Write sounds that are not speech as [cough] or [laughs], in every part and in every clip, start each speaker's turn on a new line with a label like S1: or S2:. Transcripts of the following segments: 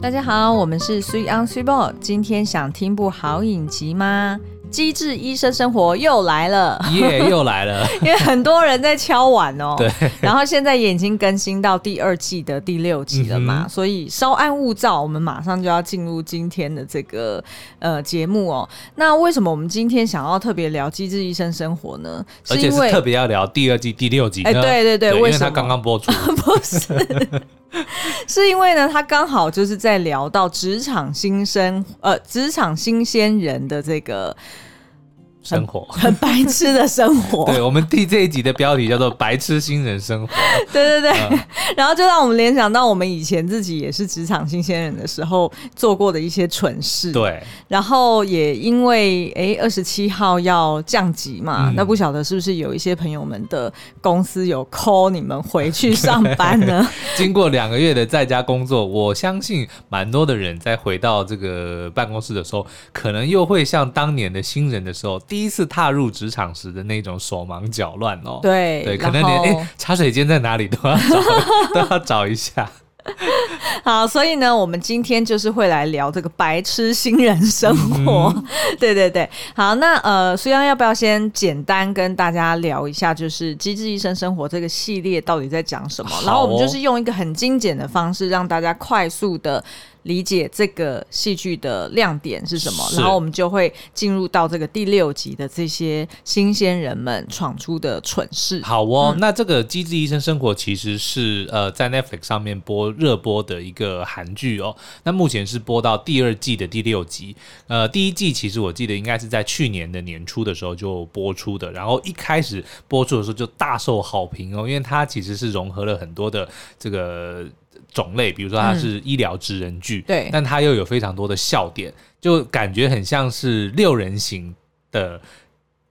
S1: 大家好，我们是 Three on Three Ball，今天想听部好影集吗？《机智医生生活》又来
S2: [laughs]
S1: 了， [laughs]
S2: 耶、又来了，
S1: 因为很多人在敲碗哦。
S2: 对。
S1: 然后现在也已经更新到第二季的第六集了嘛，
S2: 嗯哼
S1: 所以稍安勿躁，我们马上就要进入今天的这个呃节目哦。那为什么我们今天想要特别聊《机智医生生活》呢？
S2: 而且
S1: 因
S2: 是
S1: 为
S2: 特别要聊第二季第六集呢。
S1: 哎对对对
S2: 因
S1: 为
S2: 为
S1: 什
S2: 它
S1: 么
S2: 刚刚播出，
S1: [laughs] 不
S2: [laughs]
S1: 是，是因为呢，他刚好就是在聊到职场新生，呃，职场新鲜人的这个
S2: 生活。
S1: 很白痴的生活，
S2: [laughs] 对，我们第这一集的标题叫做“白痴新人生活
S1: [laughs] 对对对，
S2: 嗯
S1: [laughs] 然后就让我们联想到我们以前自己也是职场新鲜人的时候做过的一些蠢”。事，
S2: 对，
S1: 然后也因为哎，二十七号要降级嘛，
S2: 嗯
S1: 那不晓得是不是有一些朋友们的公司有 call 你们回去上班
S2: [laughs]
S1: 呢？
S2: 经过两个月的在家工作，我相信蛮多的人在回到这个办公室的时候，可能又会像当年的新人的时候，第一次踏入职场时的那种手忙脚乱哦。
S1: 对
S2: 对，可
S1: 然
S2: 能连
S1: 后。
S2: 哎、茶水间在哪里都要
S1: [laughs]
S2: 找，都要找一下。
S1: 好，所以呢，我们今天就是会来聊这个白痴新人生
S2: 嗯
S1: 活。 [laughs] 对对对，好，那呃，苏央要不要先简单跟大家聊一下，就是《机智医生生活》这个系列到底在讲什么？
S2: 好哦
S1: 然后我们就是用一个很精简的方式，让大家快速的。理解这个戏剧的亮点是什么，
S2: 是
S1: 然后我们就会进入到这个第六集的这些新鲜人们闯出的蠢事。
S2: 好哦，
S1: 嗯
S2: 那这个《机智医生生活》其实是呃在 Netflix 上面播热播的一个韩剧哦。那目前是播到第二季的第六集。呃，第一季其实我记得应该是在去年的年初的时候就播出的，然后一开始播出的时候就大受好评哦，因为它其实是融合了很多的这个。种类，比如说它是医疗职人剧，
S1: 嗯对
S2: 但它又有非常多的笑点，就感觉很像是六人行的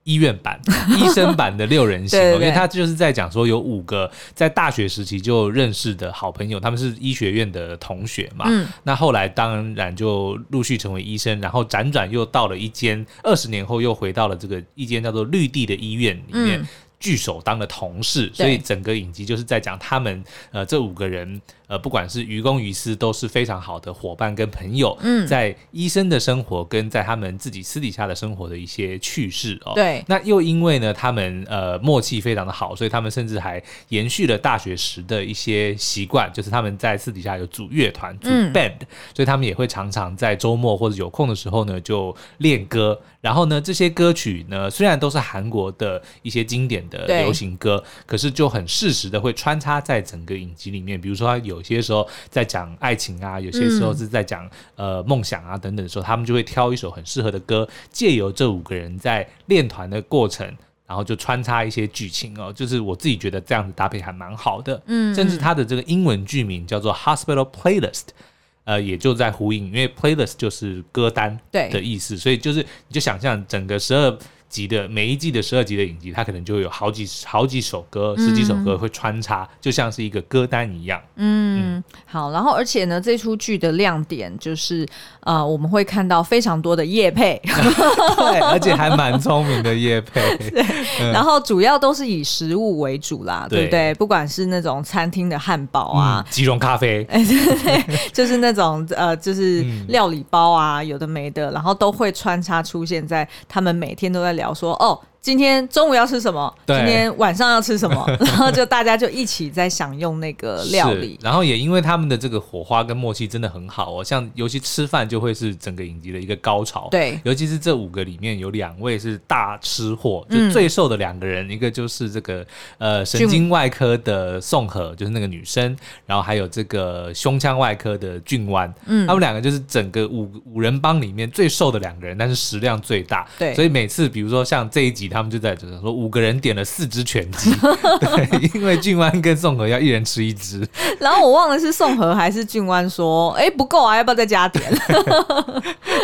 S2: 医院
S1: [laughs]
S2: 版、医生版的六人行、哦，
S1: 对对
S2: 因为
S1: 对
S2: 他就是在讲说有五个在大学时期就认识的好朋友，他们是医学院的同学嘛。
S1: 嗯
S2: 那后来当然就陆续成为医生，然后辗转又到了一间二十年后又回到了这个一间叫做绿地的医院里面。
S1: 嗯
S2: 聚首当了同事，所以整个影集就是在讲他们呃这五个人呃不管是于公于私都是非常好的伙伴跟朋友，
S1: 嗯
S2: 在医生的生活跟在他们自己私底下的生活的一些趣事哦。
S1: 对
S2: 那又因为呢，他们呃默契非常的好，所以他们甚至还延续了大学时的一些习惯，就是他们在私底下有组乐团、组
S1: 嗯
S2: band，、所以他们也会常常在周末或者有空的时候呢就练歌。然后呢，这些歌曲呢虽然都是韩国的一些经典的
S1: 对
S2: 流行歌，可是就很适时的会穿插在整个影集里面。比如说，他有些时候在讲爱情啊，有些时候
S1: 嗯
S2: 是在讲、呃梦想啊等等的时候，他们就会挑一首很适合的歌，借由这五个人在练团的过程。然后就穿插一些剧情哦，就是我自己觉得这样子搭配还蛮好的，
S1: 嗯
S2: 甚至它的这个英文剧名叫做 Hospital Playlist，呃，也就在呼应，因为 playlist 就是歌单
S1: 对
S2: 的意思，所以就是你就想象整个十二集的每一季的十二集的影集，它可能就会有好几好几首歌，十几首歌会穿插，就像是一个歌单一样。
S1: 嗯，好，然后而且呢，这出剧的亮点就是，呃，我们会看到非常多的叶配， [laughs]
S2: 对，而且还蛮聪明的叶佩。
S1: 然后主要都是以食物为主啦，对不
S2: 嗯对
S1: 对？不管是那种餐厅的汉堡啊
S2: 嗯，，即溶
S1: [laughs]
S2: 咖啡，
S1: 哎就是那种呃，就是
S2: 嗯
S1: 料理包啊，有的没的，然后都会穿插出现在他们每天都在聊说，哦，今天中午要吃什么，今
S2: 对
S1: 天晚上要吃什
S2: [laughs]
S1: 么，然后就大家就一起在享用那个料
S2: 是
S1: 理。
S2: 然后也因为他们的这个火花跟默契真的很好哦，像尤其吃饭就会是整个影集的一个高潮。
S1: 对
S2: 尤其是这五个里面有两位是大吃货，
S1: 嗯
S2: 就最瘦的两个人，一个就是这个呃神经外科的宋和，就是那个女生，然后还有这个胸腔外科的俊湾，
S1: 嗯
S2: 他们两个就是整个五五人帮里面最瘦的两个人，但是食量最大。
S1: 对
S2: 所以每次比如说像这一集，他们就在讲说五个人点了四只拳击， [laughs] 对，因为俊湾跟宋和要一人吃一只。
S1: 然后我忘
S2: [laughs]
S1: 了是宋和还是俊湾说，哎，不够啊，要不要再加点？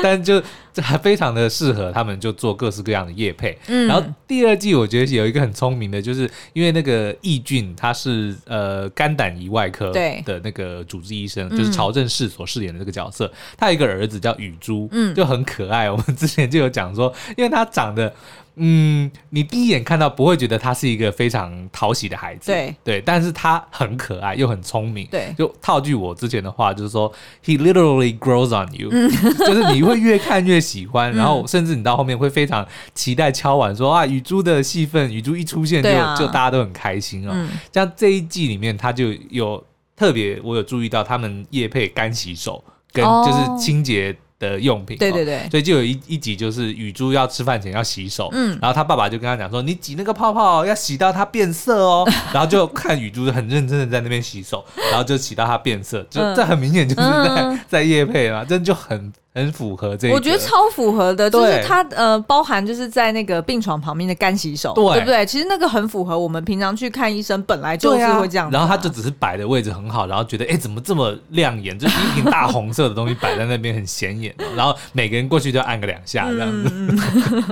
S2: 但就这还非常的适合他们，就做各式各样的业配。嗯，然后第二季我觉得有一个很聪明的，就是因为那个易俊他是呃肝胆胰外科
S1: 对
S2: 的那个主治医生，就是曹正奭所饰演的这个角色，他有一个儿子叫雨珠，嗯，就很可爱。我们之前就有讲说，因为他长得。嗯，你第一眼看到不会觉得他是一个非常讨喜的孩子，
S1: 对
S2: 对，但是他很可爱又很聪明，
S1: 对
S2: 就套句我之前的话，就是说 he literally grows on you，、就是
S1: 嗯
S2: [laughs] 你会越看越喜欢，然后甚至你到后面会非常期待敲碗说啊，雨珠的戏份，雨珠一出现就、
S1: 对啊
S2: 就大家都很开心哦。
S1: 嗯
S2: 像这一季里面，他就有特别，我有注意到他们夜配干洗手跟
S1: 哦
S2: 就是清洁的用品、哦
S1: 对对对
S2: 所以就有一一集就是雨珠要吃饭前要洗手，
S1: 嗯
S2: 然后他爸爸就跟他讲说，你挤那个泡泡哦要洗到它变
S1: [laughs]
S2: 色哦，然后就看雨珠很认真的在那边洗手，然后就洗到它变色，就、
S1: 嗯
S2: 这很明显就是在、
S1: 嗯
S2: [laughs] 在夜配嘛，这就很很符合这一个，
S1: 我觉得超符合的，就是
S2: 对
S1: 它呃包含就是在那个病床旁边的干洗手，
S2: 对
S1: 不对？其实那个很符合我们平常去看医生本来就是
S2: 对啊
S1: 会这样子啊、
S2: 然后他就只是摆的位置很好，然后觉得哎、诶怎么这么亮眼？就是一瓶大红色的东西摆在那边很显眼，哦然后每个人过去就按个两下这样
S1: 嗯
S2: 子。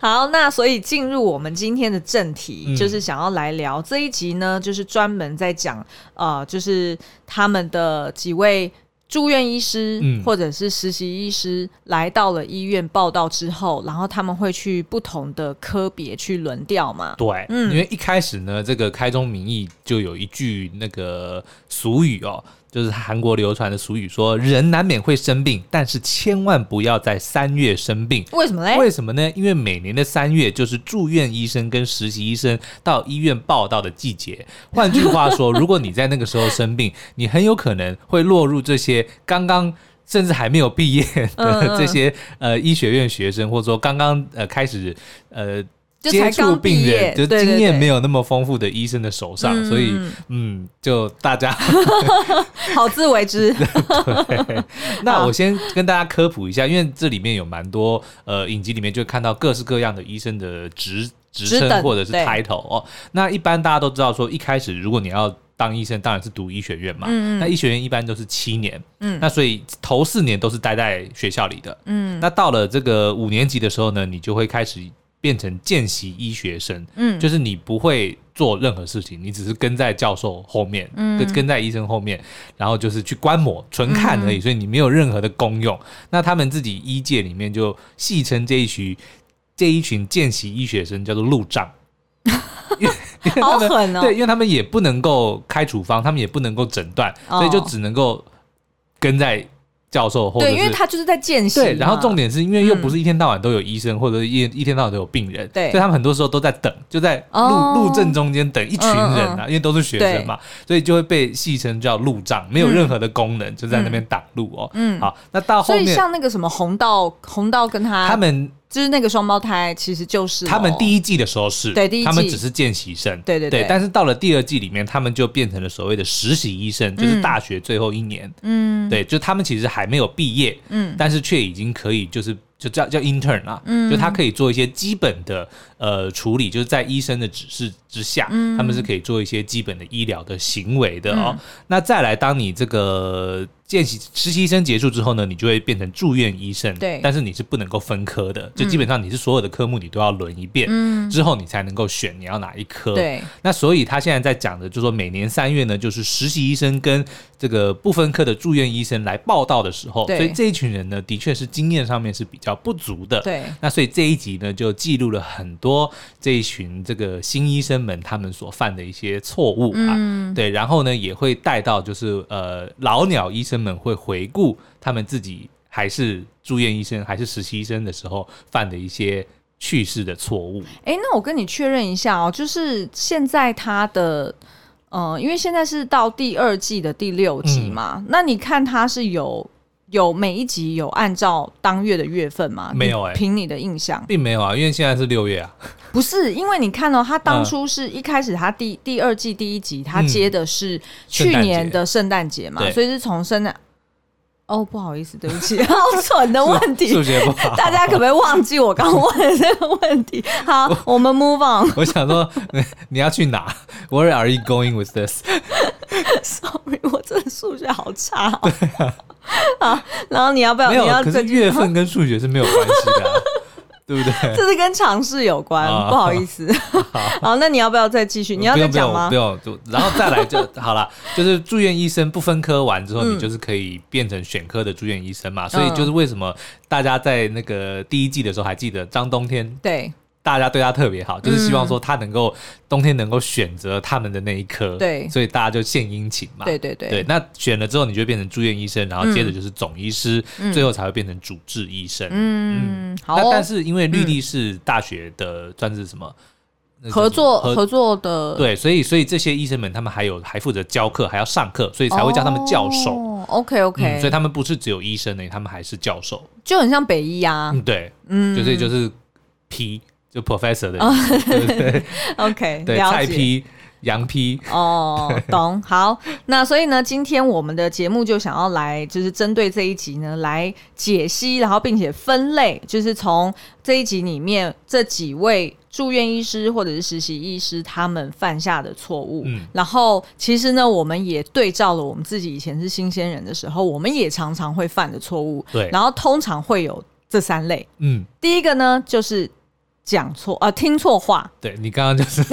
S1: 好，那所以进入我们今天的正题，
S2: 嗯
S1: 就是想要来聊这一集呢，就是专门在讲呃，就是他们的几位。住院医师
S2: 嗯
S1: 或者是实习医师来到了医院报道之后，然后他们会去不同的科别去轮调嘛？
S2: 对，
S1: 嗯
S2: 因为一开始呢，这个开宗明义就有一句那个俗语哦，就是韩国流传的俗语说，人难免会生病，但是千万不要在三月生病。
S1: 为什么嘞？
S2: 为什么呢？因为每年的三月就是住院医生跟实习医生到医院报道的季节。 [laughs] 换句话说，如果你在那个时候生病，你很有可能会落入这些刚刚。甚至还没有毕业
S1: 嗯嗯
S2: 的这些呃医学院学生，或者说刚刚呃开始呃
S1: 就
S2: 接
S1: 才
S2: 触
S1: 刚毕
S2: 病
S1: 业，
S2: 人，就
S1: 对
S2: 经验没
S1: 有，
S2: 有那么丰富的医生的手上，
S1: 嗯
S2: 所以
S1: 嗯
S2: 嗯，就大家
S1: [laughs] 好自为之。
S2: [laughs] 那我先跟大家科普一下，因为这里面有蛮多呃影集里面就会看到各式各样的医生的职职
S1: 职等
S2: 称或者是
S1: 对
S2: title 哦。那一般大家都知道说，一开始如果你要当医生，当然是读医学院嘛。那医学院一般都是七年，
S1: 嗯
S2: 那所以头四年都是待在学校里的，嗯。那到了这个五年级的时候呢，你就会开始变成见习医学生，
S1: 嗯
S2: 就是你不会做任何事情，你只是跟在教授后面，
S1: 嗯
S2: 跟跟在医生后面，然后就是去观摩、纯看
S1: 嗯
S2: 而已，所以你没有任何的功用。那他们自己医界里面就戏称这一群这一群见习医学生叫做路
S1: [laughs]
S2: 障。因为因为他们
S1: 好狠哦
S2: 对，因为他们也不能够开处方，他们也不能够诊断，
S1: 哦
S2: 所以就只能够跟在教授 [laughs] 或者
S1: 对，因为
S2: 是
S1: 他就是在啊见习嘛。
S2: 对，然后重点是因为又不
S1: 嗯
S2: 是一天到晚都有医生，或者一一天到晚都有病人，
S1: 对
S2: 所以他们很多时候都在等，就在路、
S1: 哦嗯
S2: 路症中间等一群人啊，因为都是学生嘛，所以就会被戏称叫路障，没有任何的功能，就在那边挡路哦。
S1: 嗯
S2: 好，那到后
S1: 所以
S2: 面
S1: 像那个什么红道，红道跟他
S2: 他们
S1: 就是那个双胞胎，其实就是、哦
S2: 他们
S1: 一，
S2: 第一季的时候是，
S1: 对第一季
S2: 他们只是见习生，
S1: 对对
S2: 对
S1: 对
S2: 但是到了第二季里面，他们就变成了所谓的实习医生，
S1: 嗯
S2: 就是大学最后一年，嗯，对，就他们其实还没有毕业，
S1: 嗯
S2: 嗯，但是却已经可以就是就叫叫 intern 啦，嗯，就他可以做一些基本的呃处理，就是在医生的指示之下，他们是可以做一些基本的医疗的行为的哦。那再来，当你这个见习实习医生结束之后呢，你就会变成住院医生，
S1: 对
S2: 但是你是不能够分科的，就基本上你是所有的科目你都要轮一遍，之后你才能够选你要哪一科，
S1: 对，
S2: 那所以他现在在讲的，就是说每年三月呢，就是实习医生跟这个不分科的住院医生来报道的时候，
S1: 对
S2: 所以这一群人呢，的确是经验上面是比较不足的。
S1: 对
S2: 那所以这一集呢，就记录了很多这一群这个新医生们他们所犯的一些错误啊，
S1: 嗯
S2: 对，然后呢也会带到就是呃老鸟医生们会回顾他们自己还是住院医生还是实习医生的时候犯的一些去世的错误。
S1: 哎、那我跟你确认一下哦，就是现在他的。呃，因为现在是到第二季的第六
S2: 嗯
S1: 集嘛，那你看他是有有每一集有按照当月的月份吗？
S2: 没有欸
S1: 你凭你的印象，
S2: 并没有啊，因为现在是六月啊。
S1: 不是因为你看哦，他当
S2: 嗯
S1: 初是一开始他第、第二季第一集他接的
S2: 嗯
S1: 是去年的圣诞节嘛，
S2: 对
S1: 所以是从圣诞。哦，不好意思，对不起， [laughs] 好蠢的问
S2: 数
S1: 题，
S2: 学不好。
S1: 大家可不可以忘记我刚问的这个问题？好，我们 move
S2: [laughs] 我想说， [laughs] 你你要去哪？Where are you going with this？
S1: [laughs] on，sorry，我真的数学好差、哦。然后你要不要？
S2: 啊没
S1: 哦你要
S2: 有，啊可
S1: 这
S2: 是月份跟数学是没有关系的啊、对不对？
S1: [laughs] 这是跟尝试有关，
S2: 啊
S1: 不好意
S2: [laughs]
S1: 思。好，那你要不要再继续？你要
S2: 不
S1: 再
S2: 用不
S1: 讲
S2: 用
S1: 吗
S2: 不？用，就然后再来就 [laughs] 好了。就是住院医生不分科完之后，
S1: 嗯
S2: 你就是可以变成选科的住院医生嘛。所以就是为什么大家在那个第一季的时候还记得张冬天，
S1: 对
S2: 大家对他特别好，就是
S1: 嗯
S2: 希望说他能够、冬天能够选择他们的那一科。
S1: 对
S2: 所以大家就献殷勤嘛。
S1: 对对对
S2: 对，那选了之后，你就变成住院医生，然后接着就是总医师，最后才会变成主治医生。
S1: 嗯，好
S2: 那
S1: 哦
S2: 但。是因为绿地是大学的，算是什么那个叫
S1: 合
S2: 什
S1: 作
S2: 么合
S1: 合作的
S2: 对，所以所以这些医生们他们还有还负责教课，还要上课，所以才会叫他们教授。
S1: OK
S2: 嗯，
S1: 哦 OK，
S2: 所以他们不是只有医生呢，他们还是教授。
S1: 就很像北医啊。
S2: 嗯，对，
S1: 嗯，
S2: 就所以就是 P 就 professor 的意思，对不对？
S1: OK，
S2: 对，
S1: 了
S2: 蔡
S1: 解
S2: P、杨 P，
S1: 哦，懂。好，那所以呢，今天我们的节目就想要来，就是针对这一集呢来解析，然后并且分类，就是从这一集里面这几位住院医师或者是实习医师他们犯下的错误。
S2: 嗯
S1: 然后其实呢，我们也对照了我们自己以前是新鲜人的时候，我们也常常会犯的错误。
S2: 对
S1: 然后通常会有这三类，
S2: 嗯，
S1: 第一个呢就是讲错呃听错话，
S2: 对你刚刚就是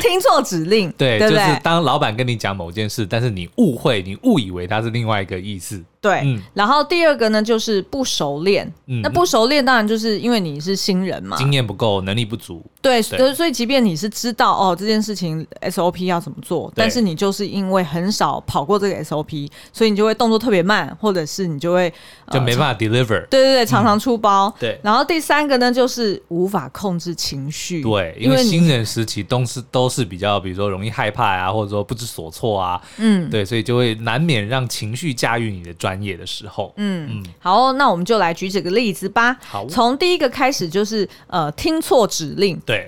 S1: 听错指令，
S2: 对，
S1: 对
S2: 就
S1: 不对？
S2: 是当老板跟你讲某件事，但是你误会，你误以为它是另外一个意思。
S1: 对，
S2: 嗯
S1: 然后第二个呢就是不熟练。
S2: 嗯，
S1: 那不熟练当然就是因为你是新人嘛，
S2: 经验不够，能力不足。
S1: 对，
S2: 对
S1: 所以所以即便你是知道哦这件事情 SOP 要怎么做，但是你就是因为很少跑过这个 SOP，所以你就会动作特别慢，或者是你就会、
S2: 就没
S1: 法。
S2: 办法 deliver。
S1: 对对对，常常出包。
S2: 对
S1: 然后第三个呢，就是无法控制情绪。
S2: 对，因
S1: 因
S2: 为
S1: 你
S2: 新人时期都是都是比较，比如说容易害怕啊，或者说不知所措啊，
S1: 嗯
S2: 对，所以就会难免让情绪驾驭你的专业的时候，
S1: 嗯
S2: 嗯，
S1: 好哦、那我们就来举几个例子吧。
S2: 好
S1: 从第一个开始就是呃听错指令， [laughs]
S2: 对，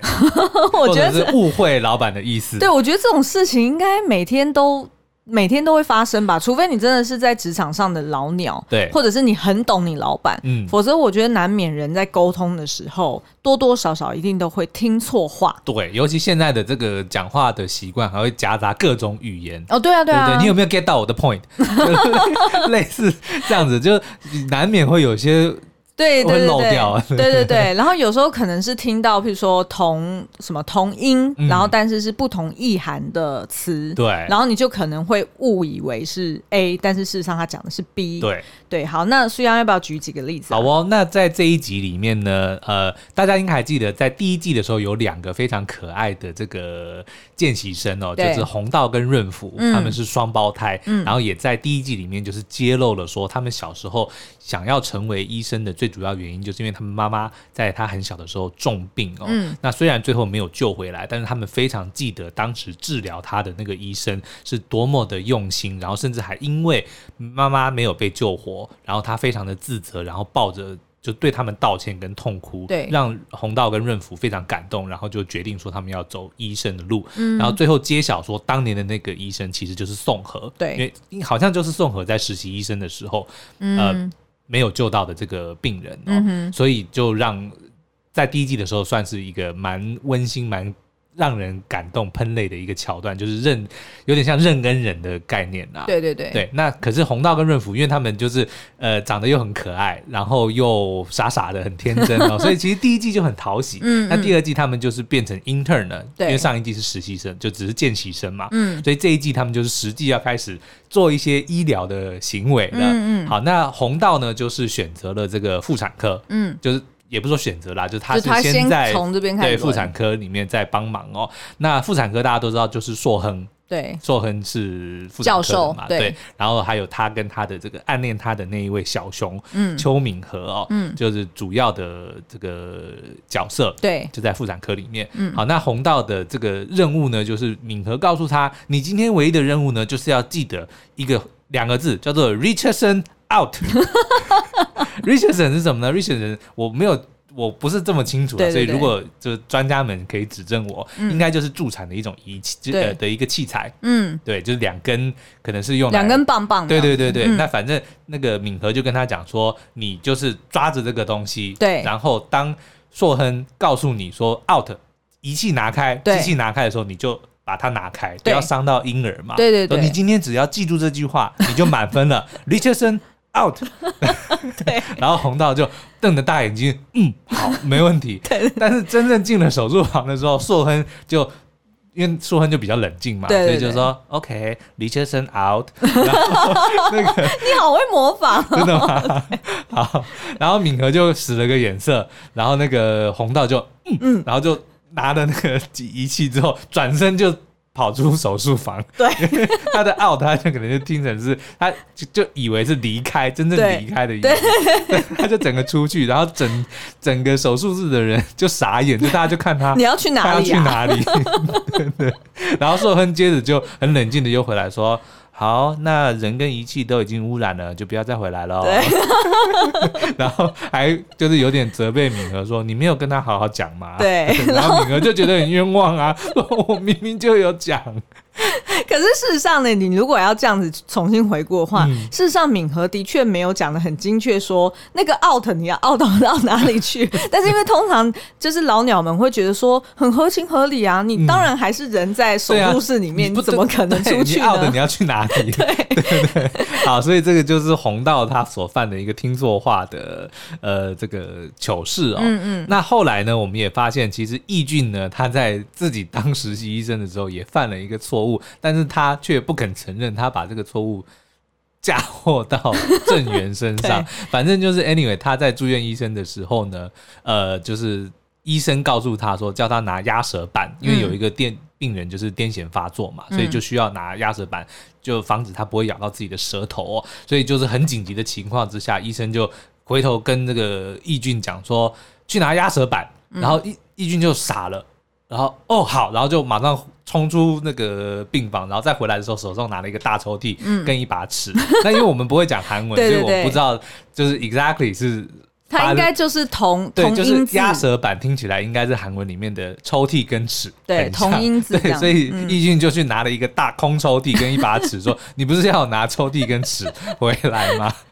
S1: 我觉得
S2: 或者是误会老板的意思，
S1: [laughs] 对，我觉得这种事情应该每天都每天都会发生吧，除非你真的是在职场上的老鸟，
S2: 对
S1: 或者是你很懂你老板，
S2: 嗯
S1: 否则我觉得难免人在沟通的时候多多少少一定都会听错话。
S2: 对，尤其现在的这个讲话的习惯，还会夹杂各种语言。
S1: 哦，对啊，对
S2: 对
S1: 啊，
S2: 不对，你有没有 get 到我的 point？就是类似这样子，就难免会有些
S1: 对
S2: 会
S1: 对
S2: 漏
S1: 对
S2: 掉 [laughs]
S1: 对对对对，然后有时候可能是听到，譬如说同什么同音，
S2: 嗯
S1: 然后但是是不同意涵的词，
S2: 对
S1: 然后你就可能会误以为是 A，但是事实上他讲的是 B，
S2: 对，
S1: 对，好，那苏阳要不要举几个例子、啊？
S2: 好哦，那在这一集里面呢，呃，大家应该还记得，在第一季的时候有两个非常可爱的这个见习生哦，就
S1: 对
S2: 是红道跟润福，
S1: 嗯
S2: 他们是双胞胎，然后也在第一季里面就是揭露了说，他们小时候想要成为医生的最主要原因，就是因为他们妈妈在他很小的时候重病哦，
S1: 嗯
S2: 那虽然最后没有救回来，但是他们非常记得当时治疗他的那个医生是多么的用心，然后甚至还因为妈妈没有被救活，然后他非常的自责，然后抱着。就对他们道歉跟痛哭，
S1: 对
S2: 让红道跟润福非常感动，然后就决定说他们要走医生的路，
S1: 嗯
S2: 然后最后揭晓说当年的那个医生其实就是宋和，
S1: 对嗯
S2: 因为好像就是宋和在实习医生的时候，呃，没有救到的这个病人、哦，所以就让在第一季的时候算是一个蛮温馨、蛮让人感动、喷泪的一个桥段，就是认有点像认恩人的概念啊啦、
S1: 对对对，
S2: 对，那可是红道跟润福，因为他们就是呃长得又很可爱，然后又傻傻的很天真
S1: [laughs]
S2: 哦，所以其实第一季就很讨喜。
S1: 嗯
S2: 那第二季他们就是变成 intern 了，因
S1: 对
S2: 为上一季是实习生，就只是见习生嘛。
S1: 嗯
S2: 所以这一季他们就是实际要开始做一些医疗的行为了。
S1: 嗯嗯
S2: 好，那红道呢，就是选择了这个妇产科，
S1: 嗯，
S2: 就是也不是说选择啦，就是他
S1: 就是他
S2: 先在
S1: 从这边开始
S2: 对
S1: 轮
S2: 妇产科里面在帮忙哦。那妇产科大家都知道，就是硕亨，
S1: 对
S2: 硕亨是妇产科的
S1: 教授
S2: 嘛
S1: 对
S2: 然后还有他跟他的这个暗恋他的那一位小熊，
S1: 嗯
S2: 邱敏和哦，
S1: 嗯
S2: 就是主要的这个角色，
S1: 对
S2: 就在妇产科里面。
S1: 嗯
S2: 好，那红道的这个任务呢，就是敏和告诉他，你今天唯一的任务呢，就是要记得一个两个字，叫做 Richardson out。Richardson 是什么呢？Richardson 我没有。我不是这么清楚啊、
S1: 对对
S2: 所以
S1: 对嗯
S2: 如果就是专家们可以指正我，应该就是助产的一种仪器，
S1: 对
S2: 呃的一个器材，
S1: 嗯，
S2: 对，就是两根，可能是用来
S1: 两根棒棒的，
S2: 对对对对，
S1: 嗯
S2: 那反正那个敏和就跟他讲说，你就是抓着这个东西，
S1: 对
S2: 然后当硕亨告诉你说 out，仪器拿开，
S1: 对
S2: 机器拿开的时候，你就。把它拿开，不
S1: 对
S2: 要伤到婴儿嘛。
S1: 对对对
S2: 你今天只要记住这句话，你就满
S1: [laughs]
S2: 分了。Richardson out，
S1: 对，
S2: [laughs] 然后红道就瞪着大眼睛，嗯，好，没
S1: [laughs]
S2: 问题。但是真正进了手术房的时候，硕亨就。因为硕亨就比较冷静嘛，
S1: 对对
S2: 所以
S1: 对
S2: 就说 OK，r i c h a r d s o n out，然后那个
S1: 你好会模仿哦、
S2: [laughs] 真的吗？好，然后敏和就使了个眼色，然后那个红道就嗯，然后就拿了那个仪器之后，转身就跑出手术房。
S1: 对，
S2: [laughs] 他的 out，他就可能就听成是他就就以为是离开，真正
S1: 对
S2: 离开的意思， [laughs] 他就整个出去，然后整整个手术室的人就傻眼，就大家就看他
S1: 你。要去
S2: 他
S1: 哪
S2: 要
S1: 里
S2: 去
S1: 啊？
S2: 哪 [laughs] 里？对对然后寿亨接着就很冷静的又回来说：“好，那人跟仪器都已经污染了，就不要再回来了。”
S1: 对
S2: [laughs] 然后还就是有点责备敏和说：“你没有跟他好好讲嘛。”
S1: 对
S2: [laughs] 然后敏和就觉得很冤枉 [laughs] 啊，说我明明就有讲。
S1: 可是事实上呢，你如果要这样子重新回顾的
S2: 嗯
S1: 话，事实上敏和的确没有讲的很精确说那个 out 你要
S2: [laughs]
S1: out 到哪里去。但是因为通常就是老鸟们会觉得说很合情合理啊，你当然还是人在手
S2: 嗯对啊
S1: 术室里面，
S2: 你
S1: 你
S2: 不
S1: 怎么可能
S2: 对
S1: 出去
S2: 你 out 的
S1: 呢
S2: 你？要去
S1: [laughs]
S2: 哪里？对对对，好，所以这个就是红道他所犯的一个听说话的呃这个糗事哦。嗯嗯。那后来呢，我们也发现，其实易俊呢，他在自己当实习医生的时候也犯了一个错误，但是他却不肯承认，他把这个错误。嫁祸到郑源身
S1: [laughs]
S2: 上
S1: 对，
S2: 反正就是 anyway，他在住院医生的时候呢，呃，就是医生告诉他说，叫他拿压舌板，因为有一个癫病人就是癫痫发作
S1: 嗯
S2: 嘛，所以就需要拿压舌板，就防止他不会咬到自己的舌头、哦。所以就是很紧急的情况之下，医生就回头跟这个义俊讲说，去拿压舌板，
S1: 嗯
S2: 然后义义俊就傻了。然后哦好，然后就马上冲出那个病房，然后再回来的时候手上拿了一个大抽屉跟一把尺。那因为我们不会讲韩文，
S1: 嗯 [laughs] 对对
S2: 所以我
S1: 对
S2: 不知道就是 exactly 是
S1: 他应该就是同
S2: 对，
S1: 同
S2: 就是
S1: 音字，
S2: 鸭舌板听起来应该是韩文里面的抽屉跟尺，
S1: 对
S2: 很像
S1: 同音字这
S2: 对，
S1: 样嗯
S2: 所以易俊就去拿了一个大空抽屉跟一把尺，说：“ [laughs] 你不是要我拿抽屉跟尺回来吗？” [laughs]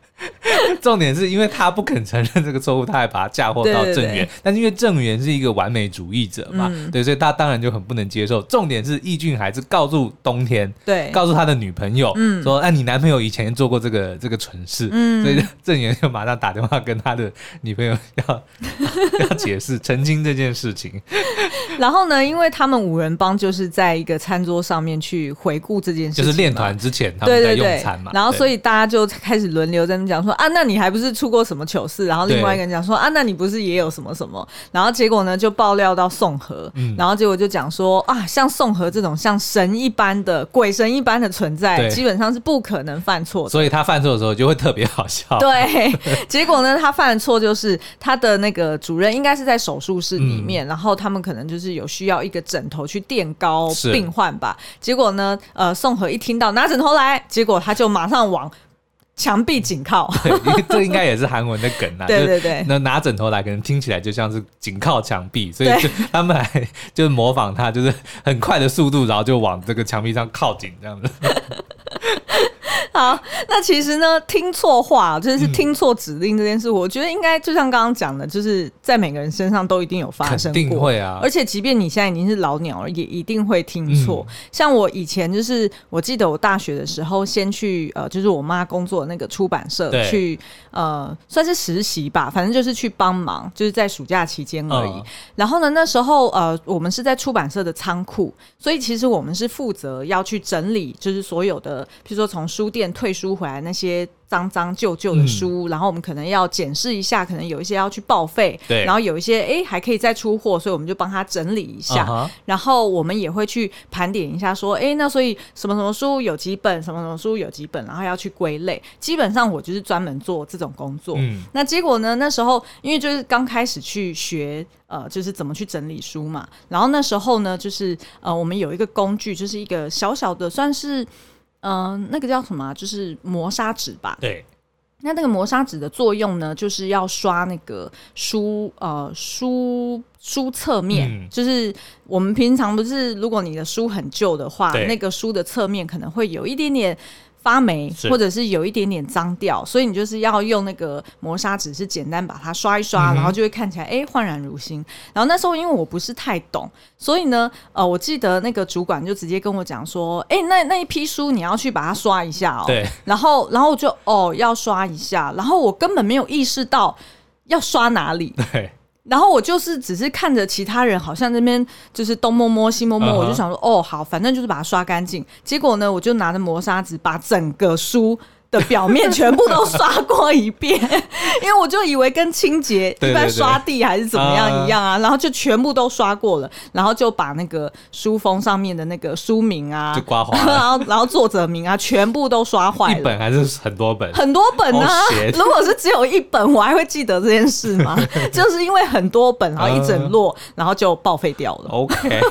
S2: 重点是因为他不肯承认这个错误，他还把他嫁祸到
S1: 对对
S2: 郑源。
S1: 对嗯
S2: 但是因为郑源是一个完美主义者嘛，对，所以他当然就很不能接受。重点是易俊还是告诉冬天，
S1: 对
S2: 告诉他的女朋友，
S1: 嗯
S2: 说：“哎、你男朋友以前做过这个这个蠢事。所以郑源就马上打电话跟他的女朋友
S1: [laughs]
S2: 要要解释澄清这件事情。
S1: 然后呢，因为他们五人帮就是在一个餐桌上面去回顾这件事情
S2: 就
S1: 嘛，
S2: 是练团之前他
S1: 对
S2: 们在
S1: 对
S2: 用
S1: 对
S2: 餐嘛，，
S1: 然后所
S2: 对
S1: 以大家就开始轮流在那边讲说啊，那你还不是出过什么糗事？然后另外一个人讲说啊，那你不是也有什么什么？然后结果呢就爆料到宋和，
S2: 嗯
S1: 然后结果就讲说啊，像宋和这种像神一般的鬼神一般的存在，
S2: 对
S1: 基本上是不可能犯错的。
S2: 所以他犯错的时候就会特别
S1: [laughs]
S2: 好笑。
S1: 对，结果呢，他犯的错就是他的那个主任应该是在手术室里面，
S2: 嗯
S1: 然后他们可能就是有需要一个枕头去垫高
S2: 是
S1: 病患吧。结果呢，呃，宋和一听到拿枕头来，结果他就马上往墙壁紧
S2: [laughs]
S1: 靠。
S2: 对，因为这应该也是韩文的梗啊。
S1: 对对
S2: 就是
S1: 对
S2: 那拿枕头来，可能听起来就像是紧靠墙壁，所以
S1: 对
S2: 就他们还就是模仿他，就是很快的速度，然后就往这个墙壁上靠近这样
S1: [laughs]
S2: 子。
S1: 好，那其实呢，听错话就是
S2: 嗯
S1: 听错指令这件事，我觉得应该就像刚刚讲的，就是在每个人身上都一定有发生
S2: 肯定
S1: 过。
S2: 会啊
S1: 而且即便你现在已经是老鸟了，也一定会听错。
S2: 嗯
S1: 像我以前就是，我记得我大学的时候，先去呃，就是我妈工作的那个出版社
S2: 对
S1: 去呃，算是实习吧，反正就是去帮忙，就是在暑假期间而已。
S2: 嗯
S1: 然后呢，那时候呃，我们是在出版社的仓库，所以其实我们是负责要去整理，就是所有的，譬如说从书店退书回来那些脏脏旧旧
S2: 嗯
S1: 的书，然后我们可能要检视一下，可能有一些要去报废，
S2: 对
S1: 然后有一些哎还可以再出货，所以我们就帮他整理一下。
S2: 嗯哼
S1: 然后我们也会去盘点一下，说，哎，那所以什么什么书有几本，什么什么书有几本，然后要去归类。基本上我就是专门做这种工作。
S2: 嗯
S1: 那结果呢？那时候因为就是刚开始去学，呃，就是怎么去整理书嘛。然后那时候呢，就是呃，我们有一个工具，就是一个小小的，算是。嗯、那个叫什么啊、就是磨砂纸吧。
S2: 对，
S1: 那那个磨砂纸的作用呢，就是要刷那个书呃书书侧面，
S2: 嗯
S1: 就是我们平常不是，如果你的书很旧的话，
S2: 对
S1: 那个书的侧面可能会有一点点。发霉
S2: 是，
S1: 或者是有一点点脏掉，所以你就是要用那个磨砂纸，是简单把它刷一
S2: 嗯
S1: 刷，然后就会看起来哎焕然如新。然后那时候因为我不是太懂，所以呢，呃，我记得那个主管就直接跟我讲说，哎、那那一批书你要去把它刷一下哦。
S2: 对。 [laughs]
S1: 然后，然后我就哦要刷一下，然后我根本没有意识到要刷哪里，
S2: 对，
S1: 然后我就是只是看着其他人好像那边就是东摸摸西摸摸
S2: 嗯哼
S1: 我就想说哦好，反正就是把它刷干净。结果呢，我就拿着磨砂纸把整个书。的表面全部都刷过一遍， [laughs] 因为我就以为跟清洁
S2: 对
S1: 一般
S2: 对对
S1: 刷地还是怎么样一样
S2: 嗯
S1: 啊，然后就全部都刷过了，然后就把那个书封上面的那个书名啊
S2: 就，刮花了
S1: [laughs] 然后然后作者名啊，全部都刷坏
S2: 一
S1: 了。
S2: 本还是很
S1: [laughs]
S2: 多本，
S1: 很多本呢、
S2: Oh,
S1: [laughs]
S2: shit.
S1: 如果是只有一本，我还会记得这件事吗？就是因为很多本，然后一整摞，然后就报废掉了。
S2: OK，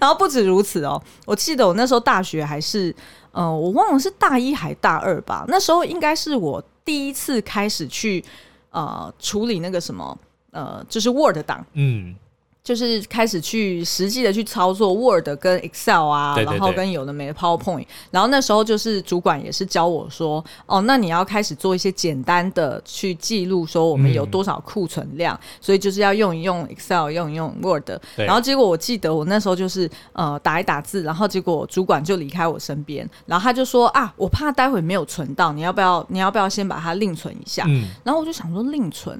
S1: 然后不止如此哦，我记得我那时候大学还是，呃，我忘了是大一还大二吧，那时候应该是我第一次开始去呃处理那个什么呃，就是 Word 档。
S2: [laughs] 嗯，
S1: 就是开始去实际的去操作 Word 跟 Excel 啊，
S2: 对对对
S1: 然后跟有的没的 PowerPoint，然后那时候就是主管也是教我说，哦，那你要开始做一些简单的去记录，说我们有多少库存量，所以就是要用一用 Excel，用一用 Word，
S2: 嗯对
S1: 然后结果我记得我那时候就是呃打一打字，然后结果主管就离开我身边，然后他就说啊，我怕待会没有存到，你要不要你要不要先把它另存一下？
S2: 嗯，
S1: 然后我就想说另存，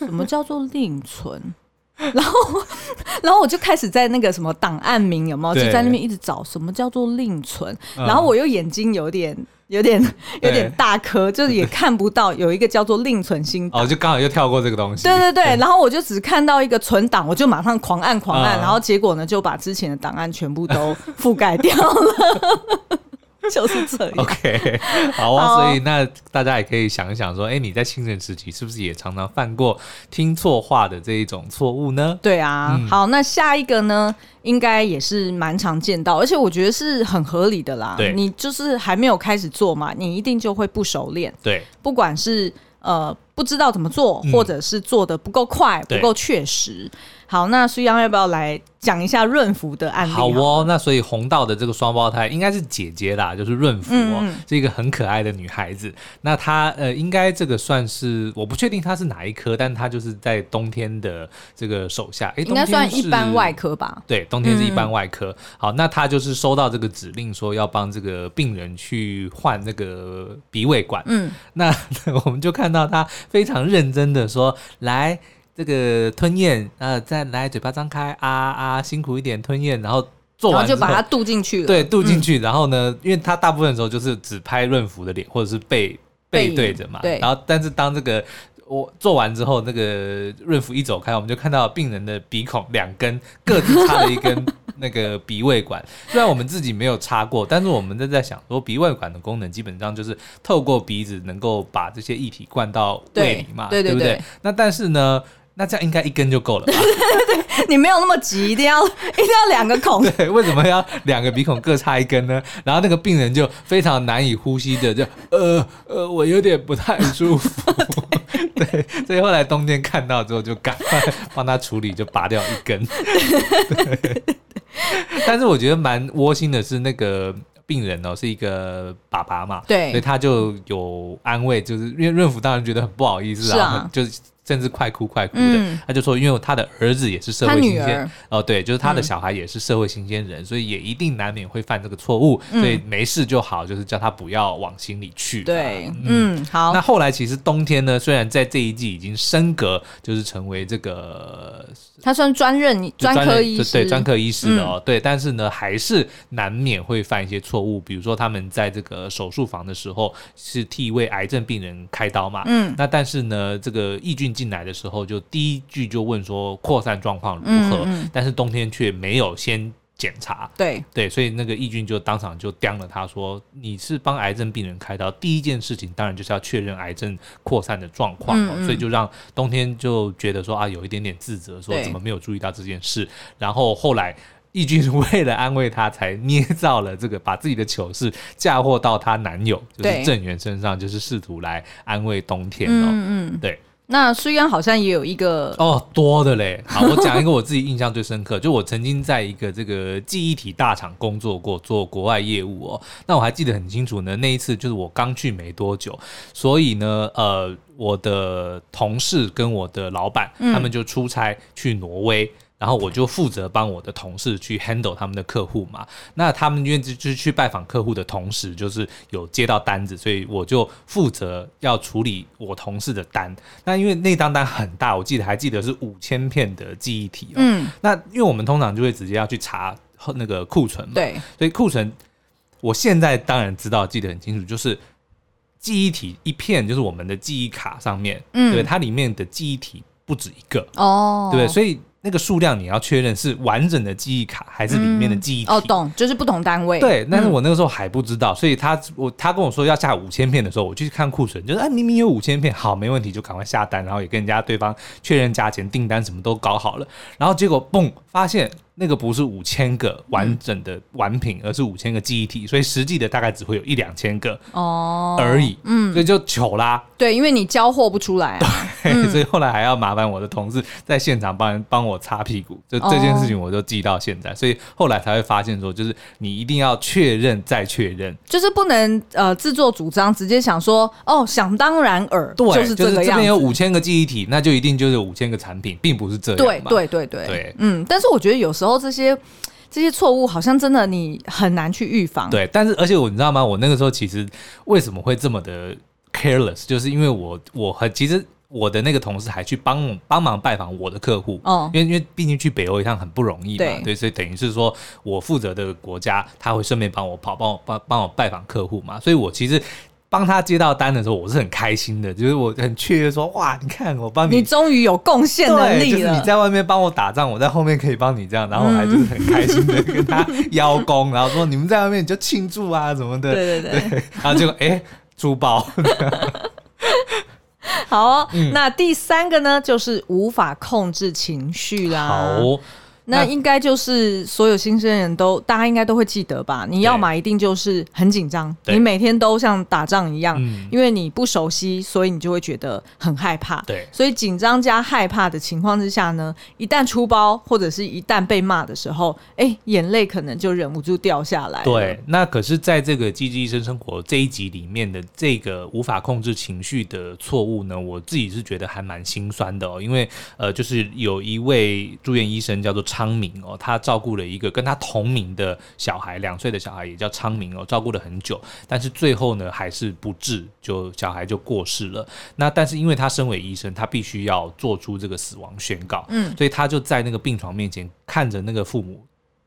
S1: 什么叫做另存？然后，然后我就开始在那个什么档案名有没有，
S2: 对
S1: 就在那边一直找什么叫做另存。
S2: 嗯
S1: 然后我又眼睛有点、有点、有点大颗，就是
S2: [laughs]
S1: 也看不到有一个叫做另存新档。
S2: 哦，就刚好又跳过这个东西，
S1: 对对对，然后我就只看到一个存档，我就马上狂按狂按，
S2: 嗯
S1: 然后结果呢就把之前的档案全部都 [laughs] 覆盖掉了， [laughs] 就是这
S2: [laughs]
S1: 样。
S2: OK，
S1: [laughs]
S2: 好啊，
S1: 好
S2: 所以那大家也可以想一想说，哎、你在青年时期是不是也常常犯过听错话的这一种错误呢？
S1: 对啊，
S2: 嗯
S1: 好，那下一个呢，应该也是蛮常见到，而且我觉得是很合理的啦
S2: 对。
S1: 你就是还没有开始做嘛，你一定就会不熟练，
S2: 对，
S1: 不管是呃不知道怎么做，
S2: 嗯
S1: 或者是做的不够快、
S2: 对
S1: 不够确实。好，那苏阳要不要来讲一下润福的案例？啊
S2: 好，哦，那所以红道的这个双胞胎应该是姐姐啦，就是润福
S1: 嗯
S2: 哦，
S1: 嗯
S2: 是一个很可爱的女孩子。那她呃，应该这个算是我不确定她是哪一科，但她就是在冬天的这个手下，哎、
S1: 应该算一般外
S2: 科。
S1: 科吧。
S2: 对，冬天是一
S1: 嗯
S2: 般外科。好，那他就是收到这个指令，说要帮这个病人去换那个鼻胃管。
S1: 嗯，
S2: [laughs] 那我们就看到他非常认真的说：“来，这个吞咽，呃，再来嘴巴张开，啊啊，辛苦一点吞咽。”然后做
S1: 然后
S2: 完之
S1: 就
S2: 后，
S1: 把它镀进去了。嗯
S2: 对镀进去。然后呢，因为他大部分的时候就是只拍润福的脸，或者是背
S1: 背
S2: 背
S1: 影
S2: 对着嘛。
S1: 对
S2: 然后，但是当这个我做完之后，那个润福一走开，我们就看到病人的鼻孔两根各自插了
S1: [laughs]
S2: 一根那个鼻胃管。虽然我们自己没有插过，但是我们都在想说，鼻胃管的功能基本上就是透过鼻子能够把这些液体灌到胃里嘛，
S1: 对对
S2: 不
S1: 对
S2: 对
S1: 对？
S2: 那但是呢，那这样应该一根就够了吧？
S1: 你没有那么急，一定要 [laughs] 一定要两个孔。
S2: 对，为什么要两个鼻孔各插一根呢？然后那个病人就非常难以呼吸的，就呃呃，我有点不太舒服。 [laughs] 对，所以后来冬天看到之后，就赶快帮他处理，就拔掉一根。对，但是我觉得蛮窝心的是那个。病人哦，是一个爸爸嘛，
S1: 对
S2: 所以他就有安慰，就是因为润福当然觉得很不好意思
S1: 是
S2: 啊，
S1: 啊
S2: 就是甚至快哭快哭的，
S1: 嗯
S2: 他就说，因为他的儿子也是社
S1: 他
S2: 会
S1: 女
S2: 新鲜
S1: 儿
S2: 哦，对，就是他的小孩也是社会新鲜人，所以也一定难免会犯这个错误，所以没事就好，就是叫他不要往心里去。
S1: 对，嗯，好
S2: 那，后来其实冬天呢，虽然在这一季已经升格，就是成为这个
S1: 他算专任专科
S2: 人
S1: 医
S2: 就
S1: 师，嗯
S2: 对专科医师的哦，对，但是呢，还是难免会犯一些错误，比如说他们在这个手术房的时候是替为癌症病人开刀嘛，
S1: 嗯，
S2: 那但是呢，这个抑菌进来的时候，就第一句就问说扩散状况如何，
S1: 嗯
S2: 但是冬天却没有先检查，
S1: 对，
S2: 对，所以那个义军就当场就刁了他说：“你是帮癌症病人开刀，第一件事情当然就是要确认癌症扩散的状况、哦，
S1: 嗯嗯
S2: 所以就让冬天就觉得说啊，有一点点自责，说
S1: 对
S2: 怎么没有注意到这件事。然后后来义军为了安慰他，才捏造了这个，把自己的糗事嫁祸到她男友，就
S1: 对
S2: 是郑源身上，就是试图来安慰冬天哦。
S1: 嗯嗯。
S2: 对，
S1: 那苏央好像也有一个
S2: 哦，多的嘞。 [laughs] 好，我讲一个我自己印象最深刻，就我曾经在一个这个记忆体大厂工作过，做国外业务哦。那我还记得很清楚呢，那一次就是我刚去没多久，所以呢，呃，我的同事跟我的老板、他们就出差去挪威。然后我就负责帮我的同事去 handle 他们的客户嘛。那他们因为就就是去拜访客户的同时，就是有接到单子，所以我就负责要处理我同事的单。那因为那张单很大，我记得还记得是五千片的记忆体、哦。
S1: 嗯，
S2: 那因为我们通常就会直接要去查后那个库存嘛，
S1: 对，
S2: 所以库存我现在当然知道，记得很清楚，就是记忆体一片，就是我们的记忆卡上面，
S1: 嗯
S2: 对，它里面的记忆体不止一个，
S1: 哦，
S2: 对不对？所以那个数量你要确认是完整的记忆卡还是里面的记忆体。
S1: 哦，懂，就是不同单位，，
S2: 对，但是我那个时候还不知道，所以他我他跟我说要下五千片的时候，我就去看库存，就是啊明明有五千片，好没问题，就赶快下单，然后也跟人家对方确认价钱、订单什么都搞好了，然后结果嘣发现那个不是五千个完整的完品，而是五千个记忆体，所以实际的大概只会有一两千个
S1: 哦，
S2: 而已，嗯，所以就糗啦，
S1: 对，因为你交货不出来、啊，
S2: [laughs] 所以后来还要麻烦我的同事在现场帮人帮我擦屁股，就这件事情我就记到现在，所以后来才会发现说，就是你一定要确认再确认，
S1: 就是不能呃自作主张，直接想说哦，想当然尔，
S2: 对，
S1: 就
S2: 就是是
S1: 这个
S2: 这
S1: 样
S2: 边
S1: 子。
S2: 有五千个记忆体，那就一定就是五千个产品，并不是这样
S1: 对
S2: 嘛
S1: 对对对，
S2: 对
S1: 嗯，但是我觉得有时候这些这些错误好像真的你很难去预防。，
S2: 对，但是而且我你知道吗？我那个时候其实为什么会这么的 careless，就是因为我我很其实。我的那个同事还去帮帮忙拜访我的客户，
S1: 哦
S2: 因为因为毕竟去北欧一趟很不容易嘛，
S1: 对
S2: 对，所以等于是说我负责的国家，他会顺便帮我跑，帮我帮帮我拜访客户嘛，所以我其实帮他接到单的时候，我是很开心的，就是我很雀跃说，哇，你看我帮
S1: 你终于有贡献能
S2: 对，
S1: 力
S2: 就是你
S1: 了。嗯
S2: 在外面帮我打仗，我在后面可以帮你这样，然后我还就是很开心的跟他邀功， [laughs] 然后说你们在外面你就庆祝啊什么的，
S1: 对对对，
S2: [laughs] 然后结果哎珠宝，
S1: 好哦、
S2: 嗯
S1: 那第三个呢，就是无法控制情绪啦。
S2: [laughs] 好，哦
S1: 那
S2: 那
S1: 应该就是所有新生人都，大家应该都会记得吧？你要嘛一定就是很紧张，
S2: 对
S1: 你每天都像打仗一样，
S2: 嗯
S1: 因为你不熟悉，所以你就会觉得很害怕。
S2: 对
S1: 所以紧张加害怕的情况之下呢，一旦出包或者是一旦被骂的时候，哎、眼泪可能就忍不住掉下来。
S2: 对，，那可是在这个《积极医生生活》这一集里面的这个无法控制情绪的错误呢，我自己是觉得还蛮心酸的哦，因为呃，就是有一位住院医生叫做昌明哦，他照顾了一个跟他同名的小孩，两岁的小孩也叫昌明哦，照顾了很久，但是最后呢还是不治，就小孩就过世了。那但是因为他身为医生，他必须要做出这个死亡宣告，
S1: 嗯，
S2: 所以他就在那个病床面前看着那个父母，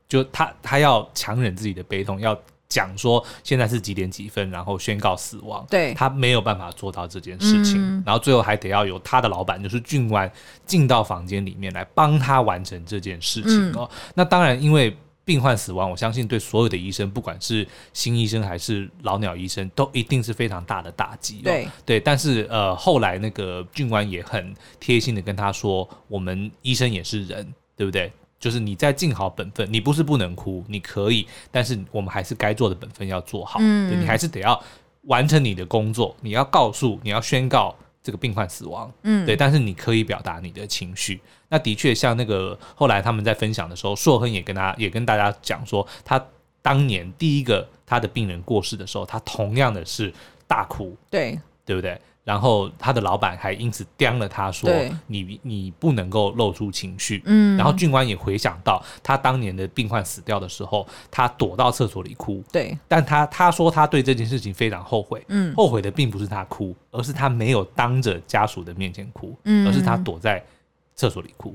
S2: 就他他要强忍自己的悲痛，要讲说现在是几点几分，然后宣告死亡。
S1: 对
S2: 他没有办法做到这件事情，
S1: 嗯
S2: 然后最后还得要由他的老板就是俊湾进到房间里面来帮他完成这件事情哦。
S1: 嗯
S2: 那当然，因为病患死亡，我相信对所有的医生，不管是新医生还是老鸟医生，都一定是非常大的打击、哦。
S1: 对
S2: 对，但是呃，后来那个俊官也很贴心的跟他说，我们医生也是人，对不对？就是你在尽好本分，你不是不能哭，你可以，但是我们还是该做的本分要做好，
S1: 嗯
S2: 对你还是得要完成你的工作，你要告诉，你要宣告这个病患死亡，
S1: 嗯，
S2: 对，但是你可以表达你的情绪。那的确，像那个后来他们在分享的时候，硕亨也跟他也跟大家讲说，他当年第一个他的病人过世的时候，他同样的是大哭，
S1: 对
S2: 对不对？然后他的老板还因此刁了他说
S1: 对：“
S2: 你你不能够露出情绪。”
S1: 嗯
S2: 然后俊官也回想到他当年的病患死掉的时候，他躲到厕所里哭，
S1: 对，
S2: 但他他说他对这件事情非常后悔，
S1: 嗯
S2: 后悔的并不是他哭，而是他没有当着家属的面前哭，
S1: 嗯
S2: 而是他躲在厕所里哭。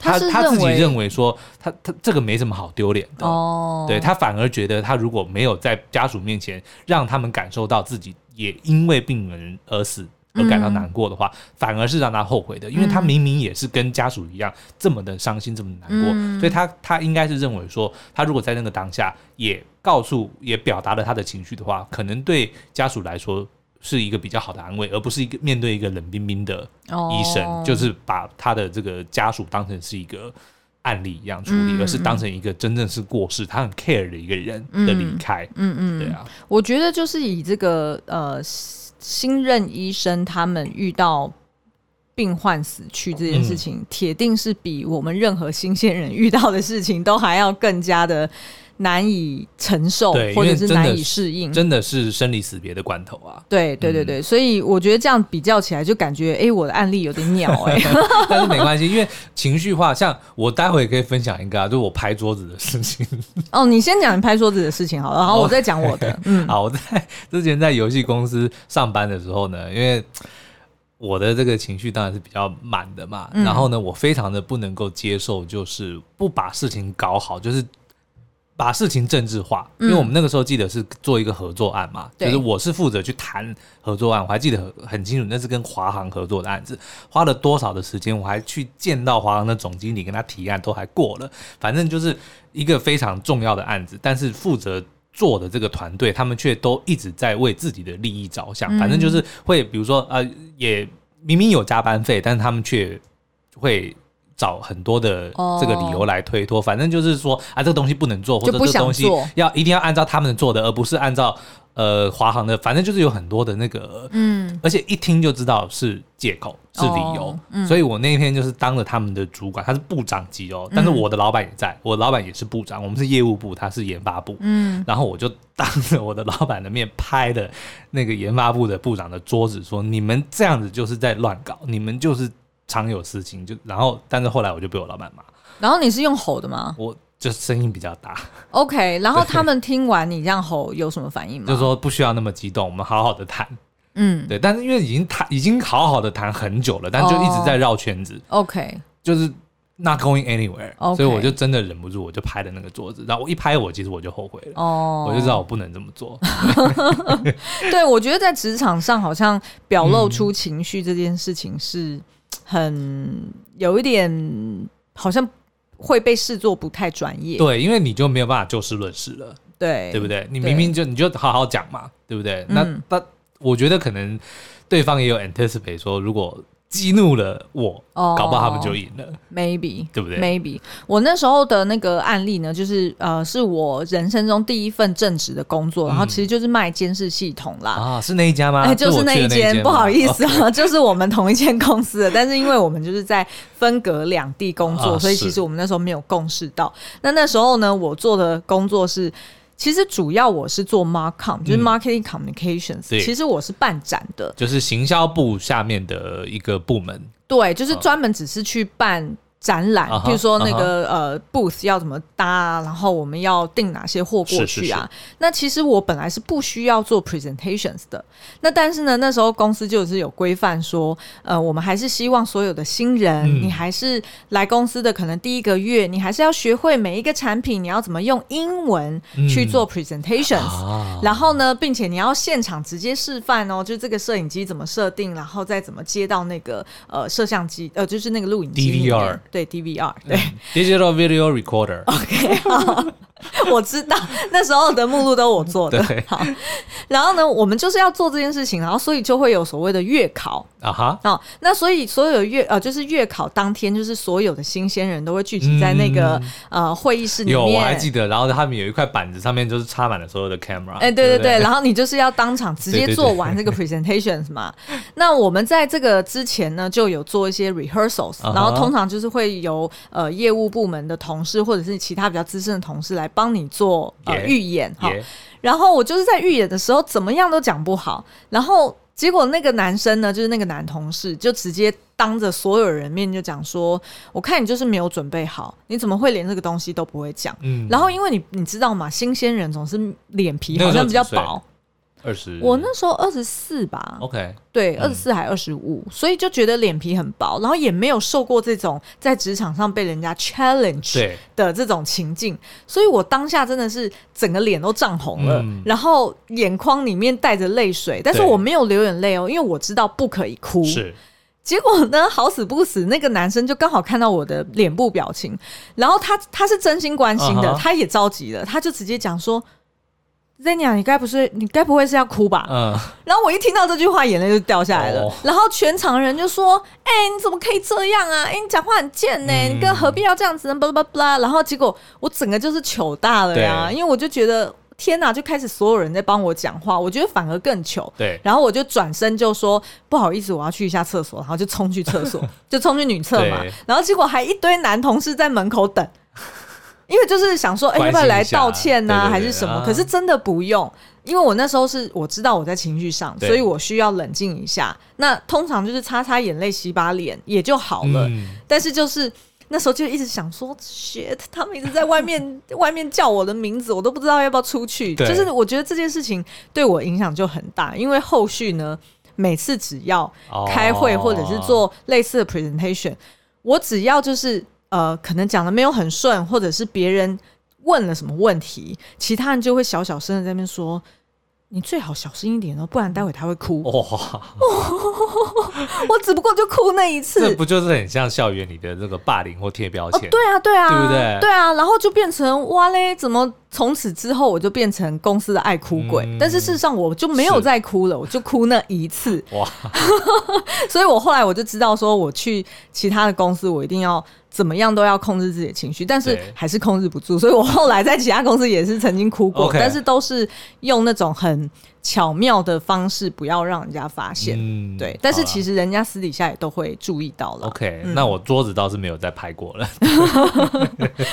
S1: 他
S2: 他
S1: 是
S2: 自己
S1: 认为
S2: 认为说，他他这个没什么好丢脸的，
S1: 哦，
S2: 对他反而觉得他如果没有在家属面前让他们感受到自己也因为病人而死而感到难过的话，反而是让他后悔的，因为他明明也是跟家属一样这么的伤心，这么的难过，所以他他应该是认为说，他如果在那个当下也告诉也表达了他的情绪的话，可能对家属来说。是一个比较好的安慰，而不是一个面对一个冷冰冰的医生，
S1: 哦
S2: 就是把他的这个家属当成是一个案例一样处理，
S1: 嗯
S2: 而是当成一个真正是过世、他很 care 的一个人的离开。
S1: 嗯嗯，
S2: 对啊，
S1: 我觉得就是以这个呃新任医生他们遇到病患死去这件事
S2: 嗯
S1: 情，铁、定是比我们任何新鲜人遇到的事情都还要更加的难以承受
S2: 对，
S1: 或
S2: 因
S1: 者
S2: 为
S1: 是
S2: 真的
S1: 难以适应。
S2: 真的是生离死别的关头啊！ [laughs]
S1: 对对对对，所以我觉得这样比较起来，就感觉哎、诶我的案例有点鸟
S2: [laughs]
S1: 哎、诶
S2: 但是没关系，因为情绪化，像我待会也可以分享一个、啊，就是我拍桌子的事情。
S1: 哦，你先讲你拍桌子的事情好了，然
S2: 哦
S1: 后我再讲我
S2: [laughs]
S1: 的。嗯，
S2: 啊，我在之前在游戏公司上班的时候呢，因为我的这个情绪当然是比较满的嘛，
S1: 嗯
S2: 然后呢，我非常的不能够接受，就是不把事情搞好，就是。把事情政治化，因为我们那个时候记得是做一个合作案嘛，
S1: 嗯对
S2: 就是我是负责去谈合作案，我还记得很很清楚，那是跟华航合作的案子，花了多少的时间，我还去见到华航的总经理，跟他提案都还过了，反正就是一个非常重要的案子，但是负责。做的这个团队，他们却都一直在为自己的利益着想，
S1: 嗯
S2: 反正就是会，比如说，呃，也明明有加班费，但是他们却会找很多的这个理由来推脱。反正就是说，啊，这个东西不能做，或
S1: 就
S2: 者这
S1: 不
S2: 个
S1: 想
S2: 东西
S1: 做
S2: 要一定要按照他们做的，而不是按照呃华航的。反正就是有很多的那个，嗯，而且一听就知道是借口，是理由。
S1: 哦
S2: 所以我那天就是当了他们的主管，他是部长级
S1: 嗯
S2: 哦，但是我的老板也在，我的老板也是部长，我们是业务部，他是研发部，嗯，然后我就当着我的老板的面拍了那个研发部的部长的桌子，说你们这样子就是在乱搞，你们就是常有事情就，然后但是后来我就被我老板骂，
S1: 然后你是用吼的
S2: [laughs]
S1: 吗
S2: 我就声音比较大，
S1: ？OK，然后他们听完你这样吼有什么反应吗？
S2: 就说不需要那么激动，我们好好的谈，
S1: 嗯哦
S2: 对，但是因为已经谈已经好好的谈很久了，但就一直在绕圈子，
S1: ，OK，
S2: 就是 not going anywhere，、
S1: OK
S2: 所以我就真的忍不住，我就拍了那个桌子。然后我一拍我，其实我就后悔了，
S1: 哦，
S2: 我就知道我不能这么做。
S1: 对，我觉得在职场上，好像表
S2: 嗯
S1: 露出情绪这件事情是很有一点，好像会被视作不太专业。
S2: 对，因为你就没有办法就事论事了，
S1: 对
S2: 对不对？你
S1: 对
S2: 明明就你就好好讲嘛，对不对？那
S1: 嗯
S2: 那我觉得可能对方也有 anticipate 说，如果激怒了我，
S1: 哦
S2: 搞不好他们就赢了。
S1: maybe
S2: 对不对
S1: m a y b e 我那时候的那个案例呢，就是呃，是我人生中第一份正职的工
S2: 嗯
S1: 作，然后其实就是卖监视系统啦。
S2: 啊，是那一家吗？
S1: 哎，就是
S2: 我去的
S1: 那
S2: 那
S1: 一间，
S2: 吗
S1: 不好意思
S2: 哦
S1: 啊， [laughs] 就是我们同一间公司的，但是因为我们就是在分隔两地工作，
S2: 啊
S1: 所以
S2: 是
S1: 其实我们那时候没有共识到。那那时候呢，我做的工作是。其实主要我是做 marcom，就是
S2: 嗯
S1: marketing communications，、
S2: 对
S1: 其实我是办展的，
S2: 就是行销部下面的一个部门，
S1: 对，就是专门只是去办展览，
S2: 啊啊哈
S1: 譬如说那个、呃 booth 要怎么搭啊，然后我们要订哪些货过去啊。那其实我本来是不需要做 presentations 的，那但是呢，那时候公司就是有规范说，呃，我们还是希望所有的新人，
S2: 嗯
S1: 你还是来公司的可能第一个月，你还是要学会每一个产品你要怎么用英文去
S2: 嗯
S1: 做 presentations、
S2: 啊，
S1: 然后呢，并且你要现场直接示范哦，就这个摄影机怎么设定，然后再怎么接到那个呃摄像机，呃，就是那个录影机里面
S2: DVR
S1: 对 DVR，对、 [laughs]
S2: digital video recorder，
S1: 哦我知道那时候的目录都我做
S2: [laughs]
S1: 的
S2: 对。
S1: 好，然后呢，我们就是要做这件事情，然后所以就会有所谓的月考。
S2: 啊哈，
S1: 哦，那所以所有月呃，就是月考当天，就是所有的新鲜人都会聚集在那个、呃会议室里面。
S2: 嗯有我还记得，然后他们有一块板子，上面就是插满了所有的 camera。
S1: 哎、对对对，然后你就是要当场直接
S2: 对对对
S1: 做完这个 presentations 嘛。 [laughs] 那我们在这个之前呢，就有做一些 rehearsals，、
S2: 啊哈
S1: 然后通常就是会由呃业务部门的同事或者是其他比较资深的同事来帮你做呃
S2: Yeah
S1: 预演哈。
S2: 也
S1: 然后我就是在预演的时候怎么样都讲不好，然后结果那个男生呢，就是那个男同事，就直接当着所有人面就讲说：“我看你就是没有准备好，你怎么会连这个东西都不会讲？”
S2: 嗯
S1: 然后因为你你知道嘛，新鲜人总是脸皮
S2: 那
S1: 好
S2: 个时候
S1: 像比较
S2: 几岁嗯哦
S1: 薄。
S2: 二十，
S1: 我那时候二十四吧，
S2: OK，
S1: 对，二十四还二十五，所以就觉得脸皮很薄，然后也没有受过这种在职场上被人家 challenge
S2: 对，
S1: 的这种情境，所以我当下真的是整个脸都涨红了，
S2: 嗯
S1: 然后眼眶里面带着泪水，但是
S2: 对
S1: 我没有流眼泪哦，因为我知道不可以哭。
S2: 是
S1: 结果呢，好死不死，那个男生就刚好看到我的脸部表情，然后他他是真心关心的
S2: 嗯哼
S1: 他也着急了，他就直接讲说 z e n i a 你该不是你该不会是要哭吧？
S2: 嗯，
S1: 然后我一听到这句话，眼泪就掉下来了。
S2: 哦
S1: 然后全场人就说：“哎、你怎么可以这样啊？哎、你讲话很贱呢、
S2: 嗯
S1: 你跟何必要这样子呢？”巴拉巴拉。然后结果我整个就是糗大了呀，
S2: 对
S1: 因为我就觉得天哪，就开始所有人在帮我讲话，我觉得反而更糗。
S2: 对
S1: 然后我就转身就说不好意思，我要去一下厕所，然后就冲去厕
S2: [laughs]
S1: 所，就冲去女厕嘛
S2: 对，
S1: 然后结果还一堆男同事在门口等。因为就是想说，哎、要
S2: 关心
S1: 不要来
S2: 一下
S1: 道歉呐、
S2: 对对对
S1: 还是什么？
S2: 啊
S1: 可是真的不用，因为我那时候是我知道我在情绪上，
S2: 对
S1: 所以我需要冷静一下。那通常就是擦擦眼泪、洗把脸也就好了。
S2: 嗯
S1: 但是就是那时候就一直想说，shit，他们一直在外
S2: [laughs]
S1: 面外面叫我的名字，我都不知道要不要出去。
S2: 对
S1: 就是我觉得这件事情对我影响就很大，因为后续呢，每次只要开会
S2: 哦
S1: 或者是做类似的 presentation，、我只要就是呃，可能讲的没有很顺，或者是别人问了什么问题，其他人就会小小声的在那边说。你最好小心一点哦，不然待会他会哭。
S2: 哦哇，
S1: [laughs] 我只不过就哭那一次，
S2: 这不就是很像校园里的这个霸凌或贴标签？
S1: 对啊，对啊，
S2: 对不对
S1: 啊，然后就变成哇嘞，怎么从此之后我就变成公司的爱哭鬼？
S2: 嗯
S1: 但是事实上我就没有
S2: 是
S1: 再哭了，我就哭那一次， [laughs]
S2: 哇，
S1: 所以我后来我就知道说，我去其他的公司，我一定要怎么样都要控制自己的情绪，但是
S2: 对
S1: 还是控制不住，所以我后来在其他公司也是曾经哭过
S2: OK
S1: 但是都是用那种很巧妙的方式，不要让人家发现。
S2: 嗯
S1: 对，但是
S2: 好啦
S1: 其实嗯人家私底下也都会注意到了。
S2: OK，、那我桌子倒是没有再拍过了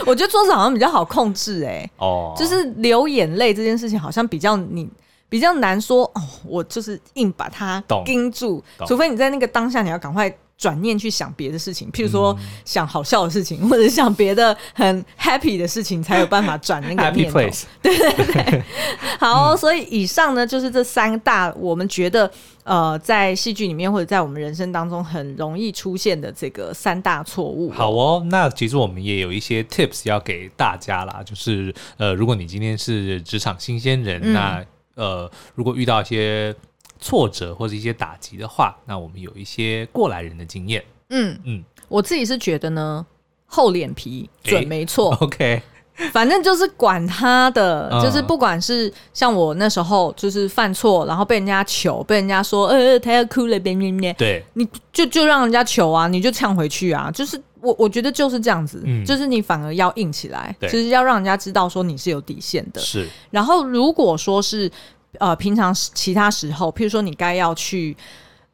S1: 我觉得桌子好像比较好控制、欸，哎，
S2: 哦，
S1: 就是流眼泪这件事情，好像比较你比较难说哦，我就是硬把它
S2: 懂
S1: 盯住，
S2: 懂
S1: 除非你在那个当下，你要赶快转念去想别的事情，譬如说
S2: 嗯
S1: 想好笑的事情，或者想别的很 happy 的事情，才有办法转那
S2: [laughs]
S1: 个
S2: Happy
S1: 念头。
S2: Place 嗯
S1: 好、哦所以以上呢，就是这三大我们觉得呃，在戏剧里面或者在我们人生当中很容易出现的这个三大错误。
S2: 好哦，那其实我们也有一些 tips 要给大家啦，就是呃，如果你今天是职场新鲜人，
S1: 嗯
S2: 那呃，如果遇到一些挫折或者一些打击的话，那我们有一些过来人的经验。
S1: 嗯
S2: 嗯
S1: 我自己是觉得呢，厚脸皮准
S2: 诶
S1: 没错。 [laughs]
S2: ，OK，
S1: 反正就是管他的，
S2: 嗯
S1: 就是不管是像我那时候就是犯错，然后被人家求，被人家说呃呃他要哭了，别别别，
S2: 对，
S1: 你就就让人家求啊，你就呛回去啊，就是我我觉得就是这样子，
S2: 嗯
S1: 就是你反而要硬起来，
S2: 对
S1: 就是要让人家知道说你是有底线的。
S2: 是
S1: 然后如果说是呃平常时其他时候，譬如说你该要去。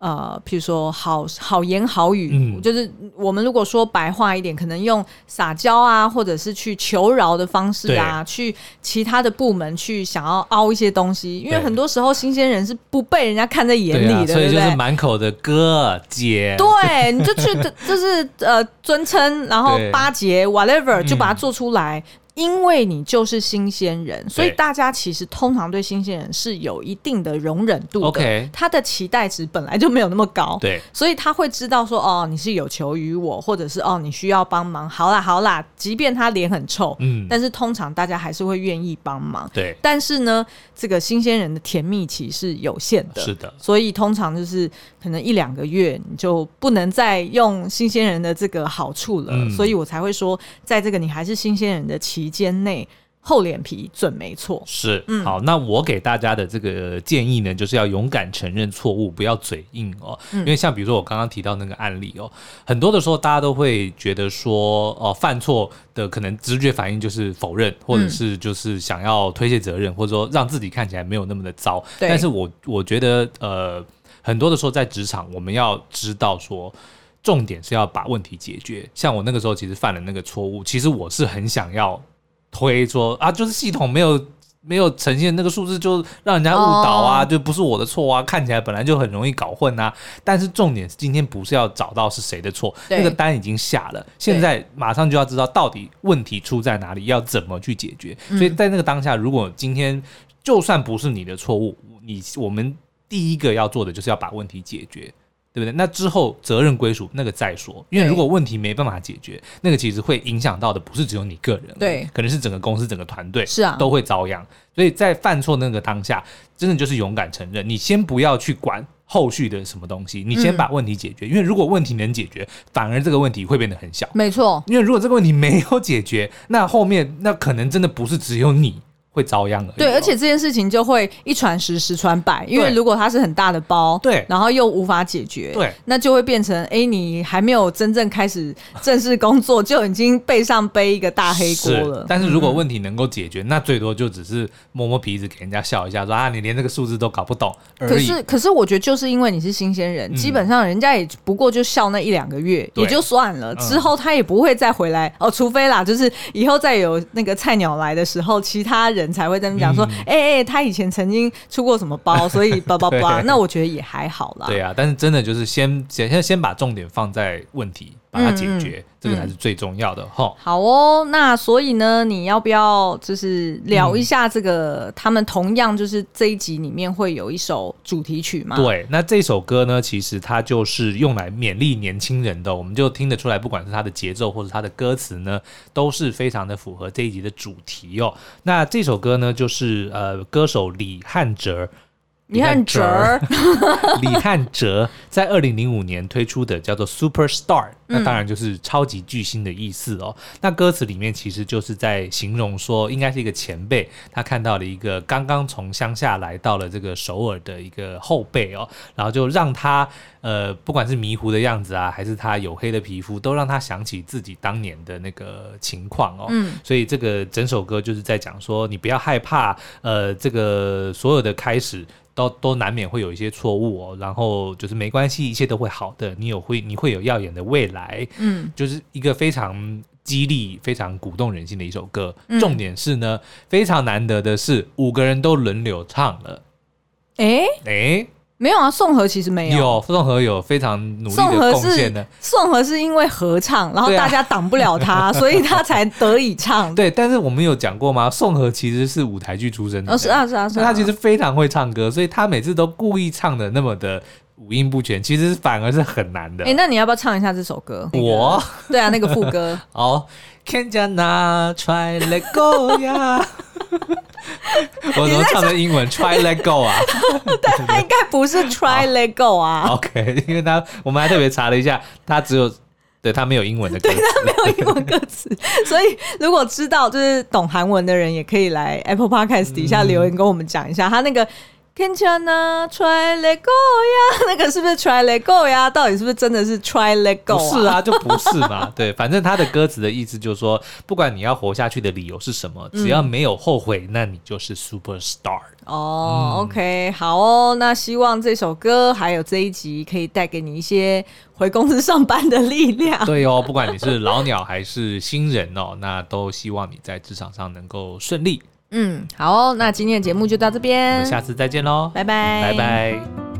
S1: 呃，譬如说好好言好语，
S2: 嗯
S1: 就是我们如果说白话一点，可能用撒娇啊，或者是去求饶的方式啊，去其他的部门去想要凹一些东西，因为
S2: 对
S1: 很多时候新鲜人是不被人家看在眼
S2: 对
S1: 里
S2: 啊，
S1: 的，对,、
S2: 所以就
S1: 不
S2: 是
S1: 对？
S2: 满口的哥姐，
S1: 对，你就去就是呃尊称，然后
S2: 对
S1: 巴结 whatever，
S2: 嗯
S1: 就把它做出来。因为你就是新鲜人，所以
S2: 对
S1: 大家其实通常对新鲜人是有一定的容忍度的
S2: OK
S1: 他的期待值本来就没有那么高，
S2: 对
S1: 所以他会知道说哦你是有求于我，或者是哦你需要帮忙，好啦好啦，即便他脸很臭，
S2: 嗯，
S1: 但是通常大家还是会愿意帮忙。
S2: 对，
S1: 但是呢，这个新鲜人的甜蜜期是有限的，
S2: 是的
S1: 所以通常就是可能一两个月你就不能再用新鲜人的这个好处了，
S2: 嗯
S1: 所以我才会说，在这个你还是新鲜人的期间内，厚脸皮准没错。
S2: 是，
S1: 嗯
S2: 好，那我给大家的这个建议呢，就是要勇敢承认错误，不要嘴硬哦。
S1: 嗯
S2: 因为像比如说我刚刚提到那个案例哦，很多的时候大家都会觉得说，哦、犯错的可能直觉反应就是否认，或者
S1: 嗯
S2: 是就是想要推卸责任，或者说让自己看起来没有那么的糟。
S1: 对
S2: 但是我我觉得，呃，很多的时候在职场，我们要知道说。重点是要把问题解决。像我那个时候其实犯了那个错误，其实我是很想要推说啊，就是系统没有没有呈现那个数字，就让人家误导啊，
S1: 哦
S2: 就不是我的错啊，看起来本来就很容易搞混啊。但是重点是今天不是要找到是谁的错，
S1: 对
S2: 那个单已经下了，现在马上就要知道到底问题出在哪里，要怎么去解决。
S1: 嗯
S2: 所以在那个当下，如果今天就算不是你的错误，你我们第一个要做的就是要把问题解决。对不对？那之后责任归属那个再说，因为
S1: 对
S2: 如果问题没办法解决，那个其实会影响到的不是只有你个人，
S1: 对，
S2: 可能是整个公司、整个团队
S1: 是啊
S2: 都会遭殃。所以在犯错那个当下，真的就是勇敢承认，你先不要去管后续的什么东西，你
S1: 嗯
S2: 先把问题解决，因为如果问题能解决，反而这个问题会变得很小。
S1: 没错，
S2: 因为如果这个问题没有解决，那后面那可能真的不是只有你会遭殃而已哦、
S1: 对，而且这件事情就会一传十，十传百，因为
S2: 对
S1: 如果它是很大的包，
S2: 对
S1: 然后又无法解决，
S2: 对
S1: 那就会变成，哎、你还没有真正开始正式工作，就已经背上背一个大黑锅
S2: 是
S1: 了。嗯
S2: 但是如果问题能够解决，那最多就只是摸摸鼻子给人家笑一下，说啊，你连这个数字都搞不懂而
S1: 可
S2: 已。嗯
S1: 是，可是我觉得就是因为你是新鲜人，基本上人家也不过就笑那一两个月
S2: 对嗯
S1: 也就算了，之后他也不会再回来、哦，除非啦，就是以后再有那个菜鸟来的时候，其他人才会在那边讲说，
S2: 嗯
S1: 哎、哎、他以前曾经出过什么
S2: [laughs]
S1: 包，所以叭叭叭，
S2: 对
S1: 那我觉得也还好啦。
S2: 对啊，但是真的就是先先先把重点放在问题，把它解决，这个才是最重要的哈。
S1: 好哦，那所以呢，你要不要就是聊一下这个？他们同样就是这一集里面会有一首主题曲嘛？，
S2: 对，那这首歌呢，其实它就是用来勉励年轻人的哦，我们就听得出来，不管是它的节奏或者它的歌词呢，都是非常的符合这一集的主题哦。那这首歌呢，就是呃，歌手李汉哲。
S1: 你看哲儿， [laughs]
S2: 李汉哲在二零零五年推出的叫做《Super Star》，那当然就是超级巨星的意思哦。那歌词里面其实就是在形容说，应该是一个前辈，他看到了一个刚刚从乡下来到了这个首尔的一个后辈哦，然后就让他呃，不管是迷糊的样子啊，还是他黝黑的皮肤，都让他想起自己当年的那个情况哦。
S1: 嗯
S2: 所以这个整首歌就是在讲说，你不要害怕，呃，这个所有的开始都都难免会有一些错误哦，然后就是没关系，一切都会好的，你有会你会有耀眼的未来，
S1: 嗯，
S2: 就是一个非常激励、非常鼓动人心的一首歌。
S1: 嗯
S2: 重点是呢，非常难得的是五个人都轮流唱了，
S1: 哎、
S2: 诶，
S1: 没有啊，宋和其实没有。
S2: 有宋和有非常努力
S1: 宋
S2: 的
S1: 和
S2: 贡献
S1: 是
S2: 呢。
S1: 宋和是因为合唱，然后
S2: 对啊
S1: 大家挡不了他，
S2: [laughs]
S1: 所以他才得以唱。
S2: 对，但是我们有讲过吗？宋和其实是舞台剧出身的，
S1: 哦，是啊，是啊，是
S2: 所以
S1: 啊。
S2: 他其实非常会唱歌，所以他每次都故意唱的那么的五音不全，其实反而是很难的。
S1: 哎、那你要不要唱一下这首歌？
S2: 我
S1: 对啊，那个
S2: [laughs]
S1: 副歌。
S2: 哦，Can j a n a try let go 呀、 [laughs] 我怎么唱的 [laughs] 英文 try let go 啊
S1: 他应该不是 Try Let Go 啊，
S2: ？OK，因为他我们还特别查了一下，他只有对他没有英文的歌词。
S1: 没有英文歌词，所以如果知道就是懂韩文的人，也可以来 Apple Podcast 底
S2: 嗯
S1: 下留言跟我们讲一下，他那个 Can you na try let go 呀，那个是不是 try let go 呀？到底是不是真的是 try let go
S2: 不
S1: 啊？
S2: 是啊，就不是嘛。 [laughs] 对，反正他的歌词的意思就是说，不管你要活下去的理由是什么，只要没有后悔，那你就是 super star。
S1: 哦、o k 好哦，那希望这首歌还有这一集可以带给你一些回公司上班的力量。
S2: 对哦，不管你是老鸟还是新人哦，那都希望你在职场上能够顺利。
S1: 嗯，好哦，那今天的节目就到这
S2: 我
S1: 边
S2: 们，下次再见喽，
S1: 拜拜，
S2: 拜拜